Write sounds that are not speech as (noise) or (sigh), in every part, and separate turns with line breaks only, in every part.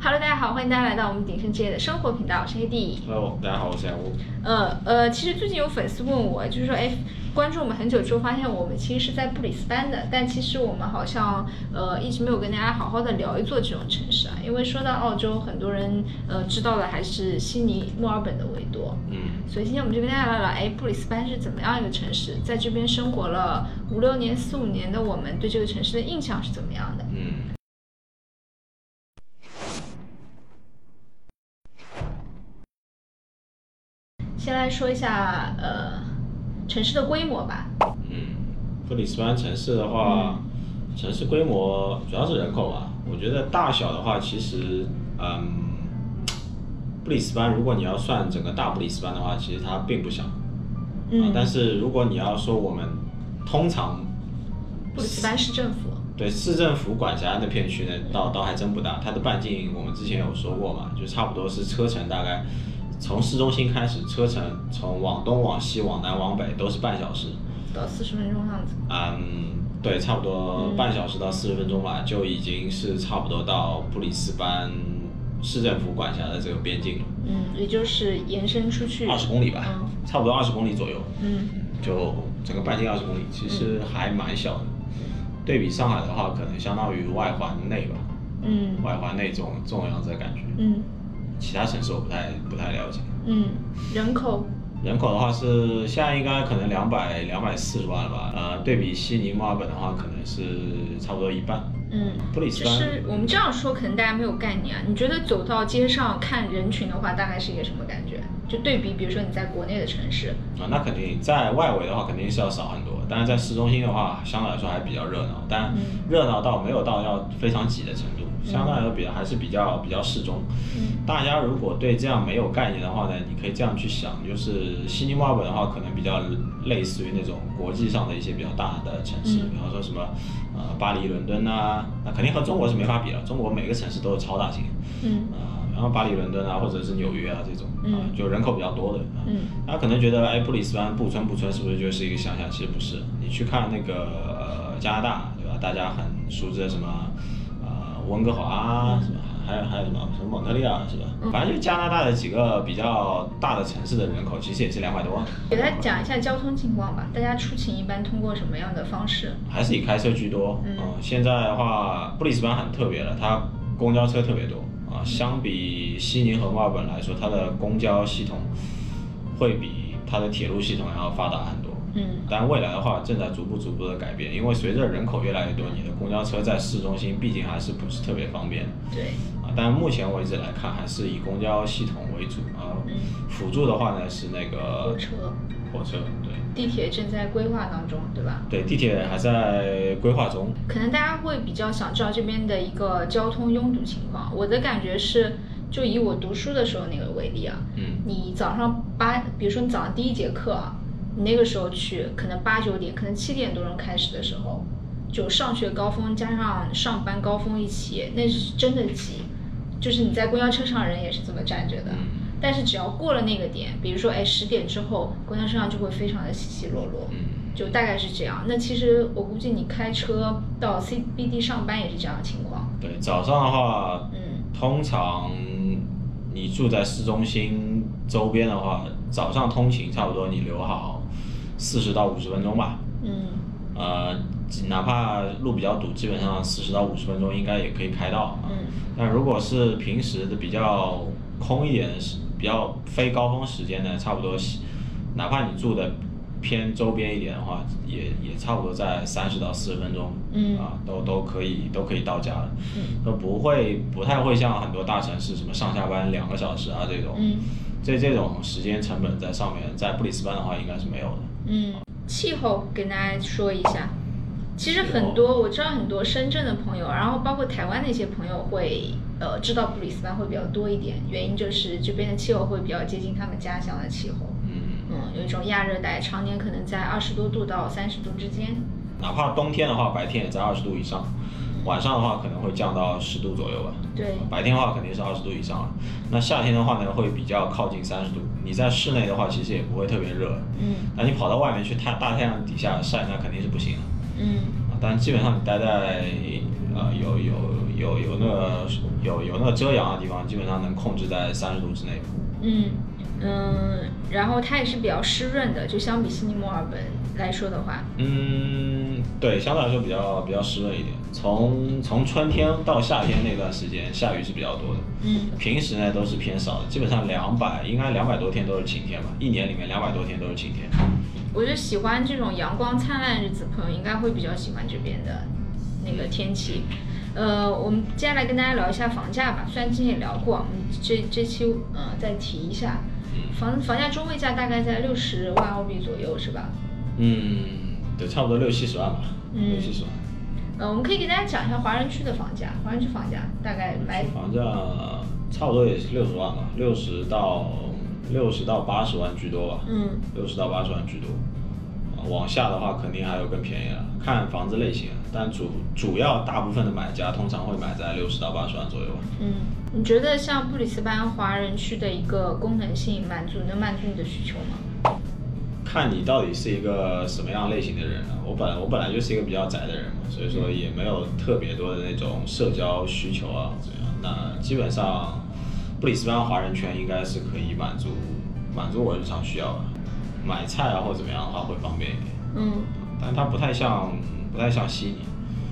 Hello，大家好，欢迎大家来到我们鼎盛之夜的生活频道，我是黑弟。
Hello，大家好，我是亚乌。
呃呃，其实最近有粉丝问我，就是说，哎，关注我们很久之后，发现我们其实是在布里斯班的，但其实我们好像呃一直没有跟大家好好的聊一座这种城市啊，因为说到澳洲，很多人呃知道的还是悉尼、墨尔本的维多。
嗯，
所以今天我们就跟大家聊聊，哎，布里斯班是怎么样一个城市？在这边生活了五六年、四五年的我们，对这个城市的印象是怎么样的？
嗯，
先来说一下呃城市的规模吧。
嗯，布里斯班城市的话，城市规模主要是人口吧。我觉得大小的话，其实，嗯，布里斯班如果你要算整个大布里斯班的话，其实它并不小。啊但是如果你要说我们通常
布里斯班市政府。
对市政府管辖的片区呢，倒倒还真不大。它的半径我们之前有说过嘛，就差不多是车程大概从市中心开始，车程从往东、往西、往南、往北都是半小时。
到四十分钟样子。
嗯，对，差不多
嗯
半小时到四十分钟吧，就已经是差不多到布里斯班市政府管辖的这个边境了，
嗯，也就是延伸出去
二十公里吧，
嗯
差不多二十公里左右，
嗯
就整个半径二十公里，其实还蛮小的。对比上海的话，可能相当于外环内吧，
嗯
外环内这种这种样子的感觉。
嗯
其他城市我不太不太了解。
嗯，人口
人口的话是现在应该可能两百两百四十万了吧？呃，对比悉尼、墨尔本的话，可能是差不多一半。
嗯，
布里
就
斯班
是我们这样说，可能大家没有概念啊。你觉得走到街上看人群的话，大概是一个什么感觉？就对比，比如说你在国内的城市，
啊，那肯定在外围的话，肯定是要少很多。但是在市中心的话，相对来说还比较热闹，但
嗯
热闹到没有到要非常挤的程度，相对来说比较还是比较比较适中。
嗯
大家如果对这样没有概念的话呢，你可以这样去想，就是悉尼、墨尔本的话，可能比较类似于那种国际上的一些比较大的城市，
嗯
比方说什么呃巴黎、伦敦啊，那肯定和中国是没法比了，中国每个城市都是超大型。
嗯
啊，然后巴黎、伦敦啊，或者是纽约啊这种，啊
嗯，
就人口比较多的，啊
嗯，
他可能觉得，哎，布里斯班布村布村是不是就是一个乡下？其实不是，你去看那个、呃、加拿大，对吧？大家很熟知的什么，呃，温哥华啊，什么，还有还有什么什么蒙特利尔是吧？反正就加拿大的几个比较大的城市的人口，其实也是两百多万，
给大家讲一下交通情况吧。大家出行一般通过什么样的方式？
还是以开车居多。呃
嗯
现在的话，布里斯班很特别了，它公交车特别多啊、相比悉尼和墨尔本来说，它的公交系统会比它的铁路系统要发达很多。
嗯
但未来的话，正在逐步逐步的改变，因为随着人口越来越多，你的公交车在市中心毕竟还是不是特别方便
对，
啊。但目前为止来看，还是以公交系统为主啊。
嗯
辅助的话呢是那个
火车、
火车对
地铁正在规划当中，对吧？
对，地铁还在规划中。
可能大家会比较想知道这边的一个交通拥堵情况。我的感觉是，就以我读书的时候那个为例啊，
嗯
你早上八，比如说你早上第一节课啊，你那个时候去，可能八九点，可能七点多钟开始的时候，就上学高峰加上上班高峰一起，那是真的挤。就是你在公交车上人也是这么站着的，
嗯
但是只要过了那个点，比如说哎十点之后，公交车上就会非常的稀稀落落。
嗯
就大概是这样。那其实我估计你开车到 CBD 上班也是这样的情况。
对，早上的话，
嗯
通常你住在市中心周边的话，早上通勤差不多你留好四十到五十分钟吧。
嗯
呃，哪怕路比较堵，基本上四十到五十分钟应该也可以开到。
嗯
那如果是平时的比较空一点的时，比较非高峰时间呢，差不多是，哪怕你住的偏周边一点的话，也也差不多在三十到四十分钟，
嗯
啊，都都可以都可以到家了，
嗯
都不会不太会像很多大城市什么上下班两个小时啊这种，
嗯
这这种时间成本在上面，在布里斯班的话应该是没有的。
嗯，气候跟大家说一下。其实
气候
很多我知道很多深圳的朋友，然后包括台湾的一些朋友会呃知道布里斯班会比较多一点，原因就是这边的气候会比较接近他们家乡的气候。
嗯，
嗯，有一种亚热带，常年可能在二十多度到三十度之间。
哪怕冬天的话，白天也在二十度以上，晚上的话可能会降到十度左右吧。
对，
白天的话肯定是二十度以上了，那夏天的话呢会比较靠近三十度。你在室内的话其实也不会特别热，
嗯
那你跑到外面去太大太阳底下晒那肯定是不行的。
嗯
啊但基本上你待在呃有有有有那个有有那个遮阳的地方，基本上能控制在三十度之内。
嗯嗯，然后它也是比较湿润的，就相比悉尼、墨尔本来说的话，
嗯，对，相对来说比较比较湿润一点。从从春天到夏天那段时间，下雨是比较多的。
嗯
平时呢都是偏少的，基本上两百应该两百多天都是晴天吧，一年里面两百多天都是晴天。
我觉得喜欢这种阳光灿烂的日子的朋友应该会比较喜欢这边的那个天气。呃，我们接下来跟大家聊一下房价吧，虽然之前也聊过，我们这这期呃再提一下，房房价中位价大概在六十万澳币左右是吧？
嗯，对，差不多六七十万吧，
嗯
六七十万。
呃，我们可以给大家讲一下华人区的房价，华人区房价大概买
房价差不多也是六十万吧，六十到六十到八十万居多吧，
嗯
六十到八十万居多。啊往下的话，肯定还有更便宜了，看房子类型，但主主要大部分的买家通常会买在六十到八十万左右吧。
嗯，你觉得像布里斯班华人区的一个功能性满足能满足你的需求吗？
看你到底是一个什么样类型的人啊。我本来我本来就是一个比较宅的人嘛，所以说也没有特别多的那种社交需求啊，怎样？那基本上布里斯班华人圈应该是可以满足满足我日常需要的，买菜啊或者怎么样的话会方便一点，
嗯，
但它不太像不太像悉尼，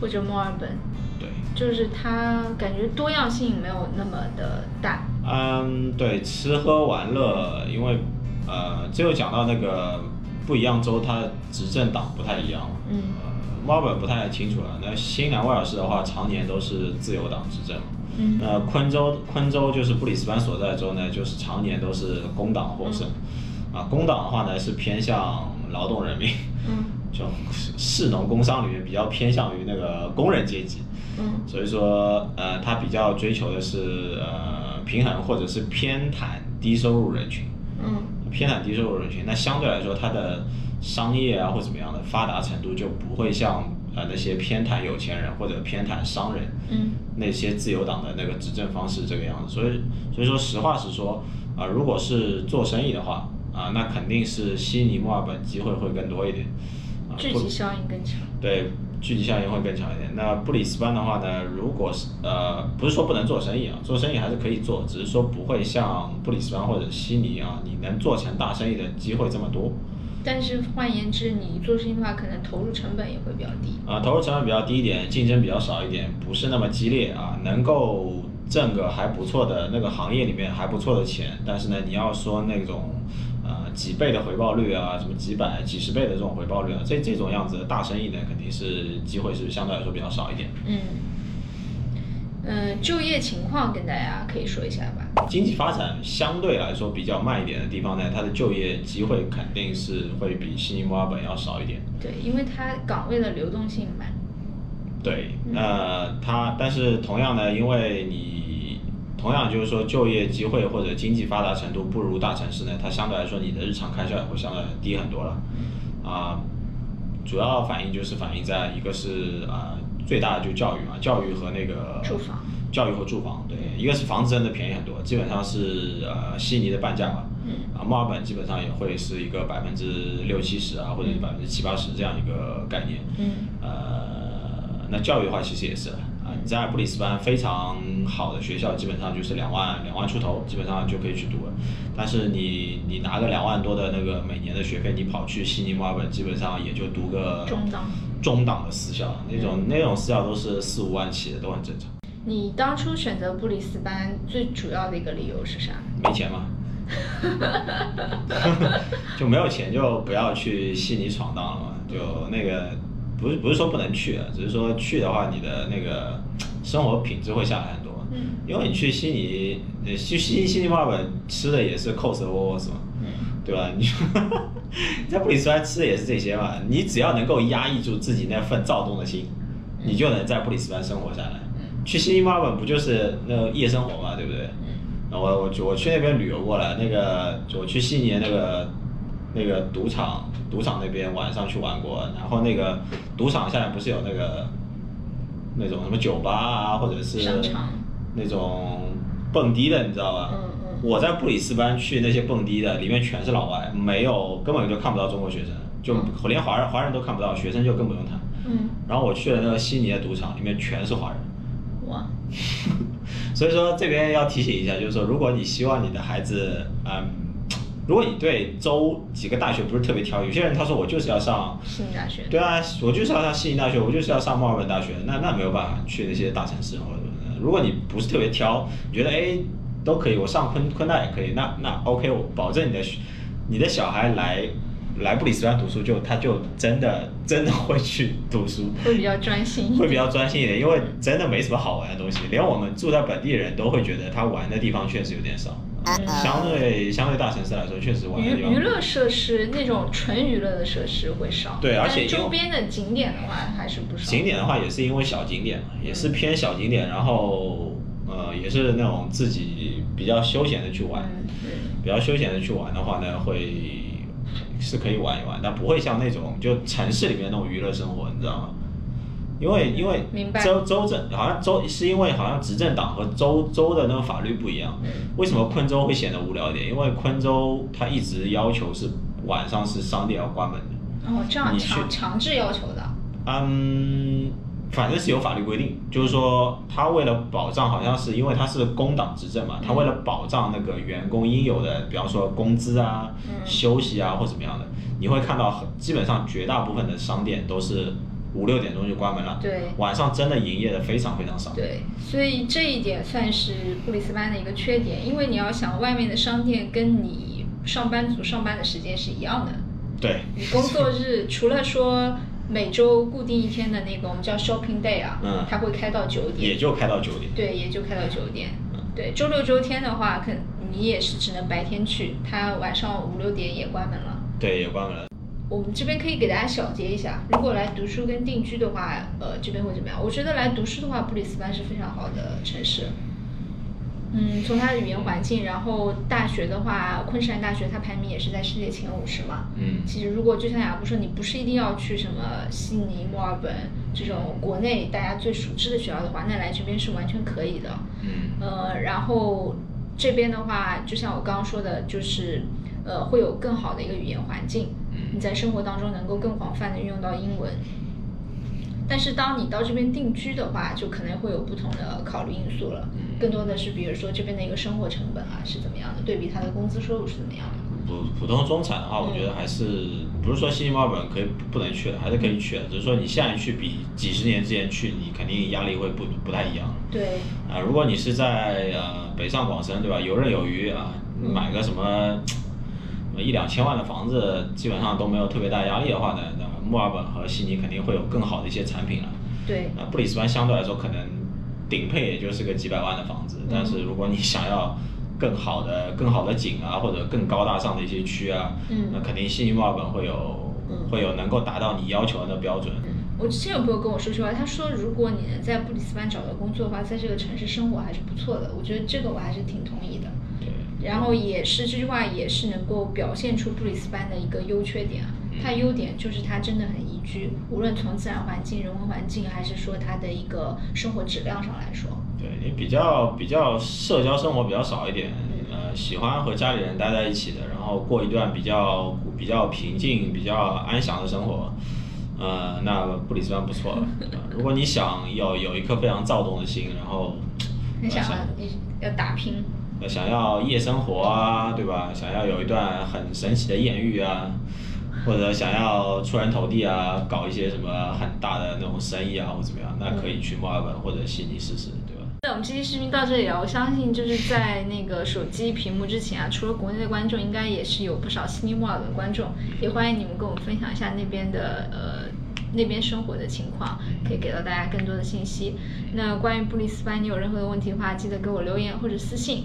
或者墨尔本，
对。
就是它感觉多样性没有那么的大。
嗯，对，吃喝玩乐，因为呃，这又讲到那个不一样州，它执政党不太一样。
嗯
呃，墨尔本不太清楚了。那新南威尔士的话，常年都是自由党执政嘛。
嗯
那昆州，昆州就是布里斯班所在州呢，就是常年都是工党获胜。啊，工党的话呢是偏向劳动人民， (laughs)
嗯
就士农工商里面比较偏向于那个工人阶级。
嗯
所以说，呃，他比较追求的是呃平衡或者是偏袒低收入人群，
嗯
偏袒低收入人群。那相对来说，它的商业啊或怎么样的发达程度就不会像呃那些偏袒有钱人或者偏袒商人
嗯
那些自由党的那个执政方式这个样子。所以，所以说实话实说，啊、如果是做生意的话，啊、那肯定是悉尼、墨尔本机会会更多一点。啊
聚
不
集效应更强。
对，聚集效应会更强一点。那布里斯班的话呢，如果是呃，不是说不能做生意啊，做生意还是可以做，只是说不会像布里斯班或者悉尼啊，你能做成大生意的机会这么多。
但是换言之，你做事情的话，可能投入成本也会比较低。
啊、投入成本比较低一点，竞争比较少一点，不是那么激烈啊，能够挣个还不错的那个行业里面还不错的钱，但是呢，你要说那种。呃，几倍的回报率啊，什么几百、几十倍的这种回报率啊，这这种样子的大生意呢，肯定是机会是相对来说比较少一点。
嗯嗯、就业情况跟大家可以说一下吧。
经济发展相对来说比较慢一点的地方呢，它的就业机会肯定是会比悉尼、墨尔本要少一点。
对，因为它岗位的流动性满。
对，
嗯
呃，它但是同样呢，因为你同样就是说就业机会或者经济发达程度不如大城市呢，它相对来说你的日常开销也会相对低很多了。啊、主要反映就是反映在一个是啊、最大的就教育嘛，教育和那个
住房，
教育和住房，对，一个是房子真的便宜很多，基本上是呃悉尼的半价吧。
嗯
啊，墨尔本基本上也会是一个百分之六七十啊，或者是百分之七八十这样一个概念。
嗯
呃，那教育的话其实也是啊，你在布里斯班非常好的学校，基本上就是两万两万出头，基本上就可以去读了。但是你你拿个两万多的那个每年的学费，你跑去悉尼、墨尔本，基本上也就读个
中档嗯
中档的私校，那种、那种私校都是四五万起的，都很正常。
你当初选择布里斯班最主要的一个理由是啥？
没钱嘛， (laughs) 就没有钱就不要去悉尼闯荡了嘛。就那个不是不是说不能去啊，只是说去的话，你的那个生活品质会下来很多。
嗯
因为你去悉尼，呃去悉尼悉尼墨尔本吃的也是 cos 和 w o s 嘛，
嗯
对吧？你 (laughs) 在布里斯班吃的也是这些嘛。你只要能够压抑住自己那份躁动的心，你就能在布里斯班生活下来。
嗯
去悉尼墨尔本不就是那个夜生活嘛，对不对？
嗯
然后我我去我去那边旅游过了，那个就我去悉尼那个那个赌场赌场那边晚上去玩过，然后那个赌场下面不是有那个那种什么酒吧啊，或者是
商场
那种蹦迪的，你知道吧？
嗯嗯
我在布里斯班去那些蹦迪的，里面全是老外，没有根本就看不到中国学生，就
嗯
连华人华人都看不到，学生就更不用谈。
嗯，
然后我去了那个悉尼的赌场，里面全是华人。
我
所以说这边要提醒一下，就是说，如果你希望你的孩子，嗯，如果你对州几个大学不是特别挑，有些人他说我就是要上，
悉尼大学。
对啊，我就是要上悉尼大学，我就是要上墨尔本大学，那那没有办法，你去那些大城市或者什么的。如果你不是特别挑，你觉得哎都可以，我上昆昆大也可以，那那 OK，我保证你的学你的小孩来来布里斯班读书就他就真的真的会去读书，
会比较专心一
啊会比
点。
较专心一点，因为真的没什么好玩的东西，连我们住在本地人都会觉得他玩的地方确实有点少。
嗯
相对相对大城市来说，确实玩的地
娱
方
娱乐设施那种纯娱乐的设施会少，
对而
但
且因为
周边的景点的话还是不少。
景点的话，也是因为小景点嘛，也是偏小景点，然后呃，也是那种自己比较休闲的去玩，
嗯嗯
比较休闲的去玩的话呢，会是可以玩一玩，但不会像那种就城市里面那种娱乐生活，你知道吗？因为因为
明白
州州政好像州是因为好像执政党和州州的那个法律不一样，
嗯
为什么昆州会显得无聊一点？因为昆州它一直要求是晚上是商店要关门的。
哦，这样
你去啊
强强制要求的，
嗯，反正是有法律规定，就是说他为了保障，好像是因为他是工党执政嘛，他为了保障那个员工应有的，比方说工资啊、
嗯
休息啊或怎么样的，你会看到很基本上绝大部分的商店都是五六点钟就关门了，
对
晚上真的营业的非常非常少。
对，所以这一点算是布里斯班的一个缺点，因为你要想外面的商店跟你上班族上班的时间是一样的，
对
你工作日除了说每周固定一天的那个我们叫 shopping day 啊，
嗯
它会开到九点，
也就开到九点。
对，也就开到九点
嗯。
对，周六周天的话，可你也是只能白天去，它晚上五六点也关门了。
对，也关门了。
我们这边可以给大家小结一下，如果来读书跟定居的话，呃，这边会怎么样？我觉得来读书的话，布里斯班是非常好的城市。嗯，从它的语言环境，然后大学的话，昆士兰大学它排名也是在世界前五十嘛。
嗯
其实如果就像雅布说，你不是一定要去什么悉尼、墨尔本这种国内大家最熟知的学校的话，那来这边是完全可以的。
嗯
呃，然后这边的话，就像我刚刚说的，就是呃，会有更好的一个语言环境，你
嗯
在生活当中能够更广泛的运用到英文。但是当你到这边定居的话，就可能会有不同的考虑因素了，
嗯
更多的是比如说这边的一个生活成本啊是怎么样的，对比他的工资收入是怎么样的。
普普通中产的话，我觉得还是不是说悉尼、墨尔本可以不能去的，还是可以去的，只是说你现在去比几十年之前去，你肯定压力会不不太一样
对，
啊。如果你是在呃北上广深，对吧？游刃有余啊，
嗯
买个什么什么一两千万的房子，基本上都没有特别大压力的话呢，那墨尔本和悉尼肯定会有更好的一些产品了。
对，
那呃布里斯班相对来说可能顶配也就是个几百万的房子
嗯，
但是如果你想要更好的、更好的景啊，或者更高大上的一些区啊，
嗯
那肯定悉尼、墨尔本会有、
嗯
会有能够达到你要求的标准。
我之前有朋友跟我说实话，他说如果你能在布里斯班找到工作的话，在这个城市生活还是不错的，我觉得这个我还是挺同意的。
对，
然后也是这句话也是能够表现出布里斯班的一个优缺点啊。它优点就是它真的很宜居，无论从自然环境、人文环境，还是说它的一个生活质量上来说，
对你比较比较社交生活比较少一点，呃，喜欢和家里人待在一起的，然后过一段比较比较平静、比较安详的生活，呃，那布里斯班不错了。呃如果你想有有一颗非常躁动的心，然后
很想
呃
要你要打拼，
呃，想要夜生活啊，对吧？想要有一段很神奇的艳遇啊，或者想要出人头地啊，搞一些什么很大的那种生意啊，或怎么样，那可以去墨尔本或者悉尼试试，对吧？
那我们这期视频到这里了，我相信就是在那个手机屏幕之前啊，除了国内的观众，应该也是有不少悉尼、墨尔本观众，也欢迎你们跟我们分享一下那边的呃那边生活的情况，可以给到大家更多的信息。那关于布里斯班，你有任何的问题的话，记得给我留言或者私信。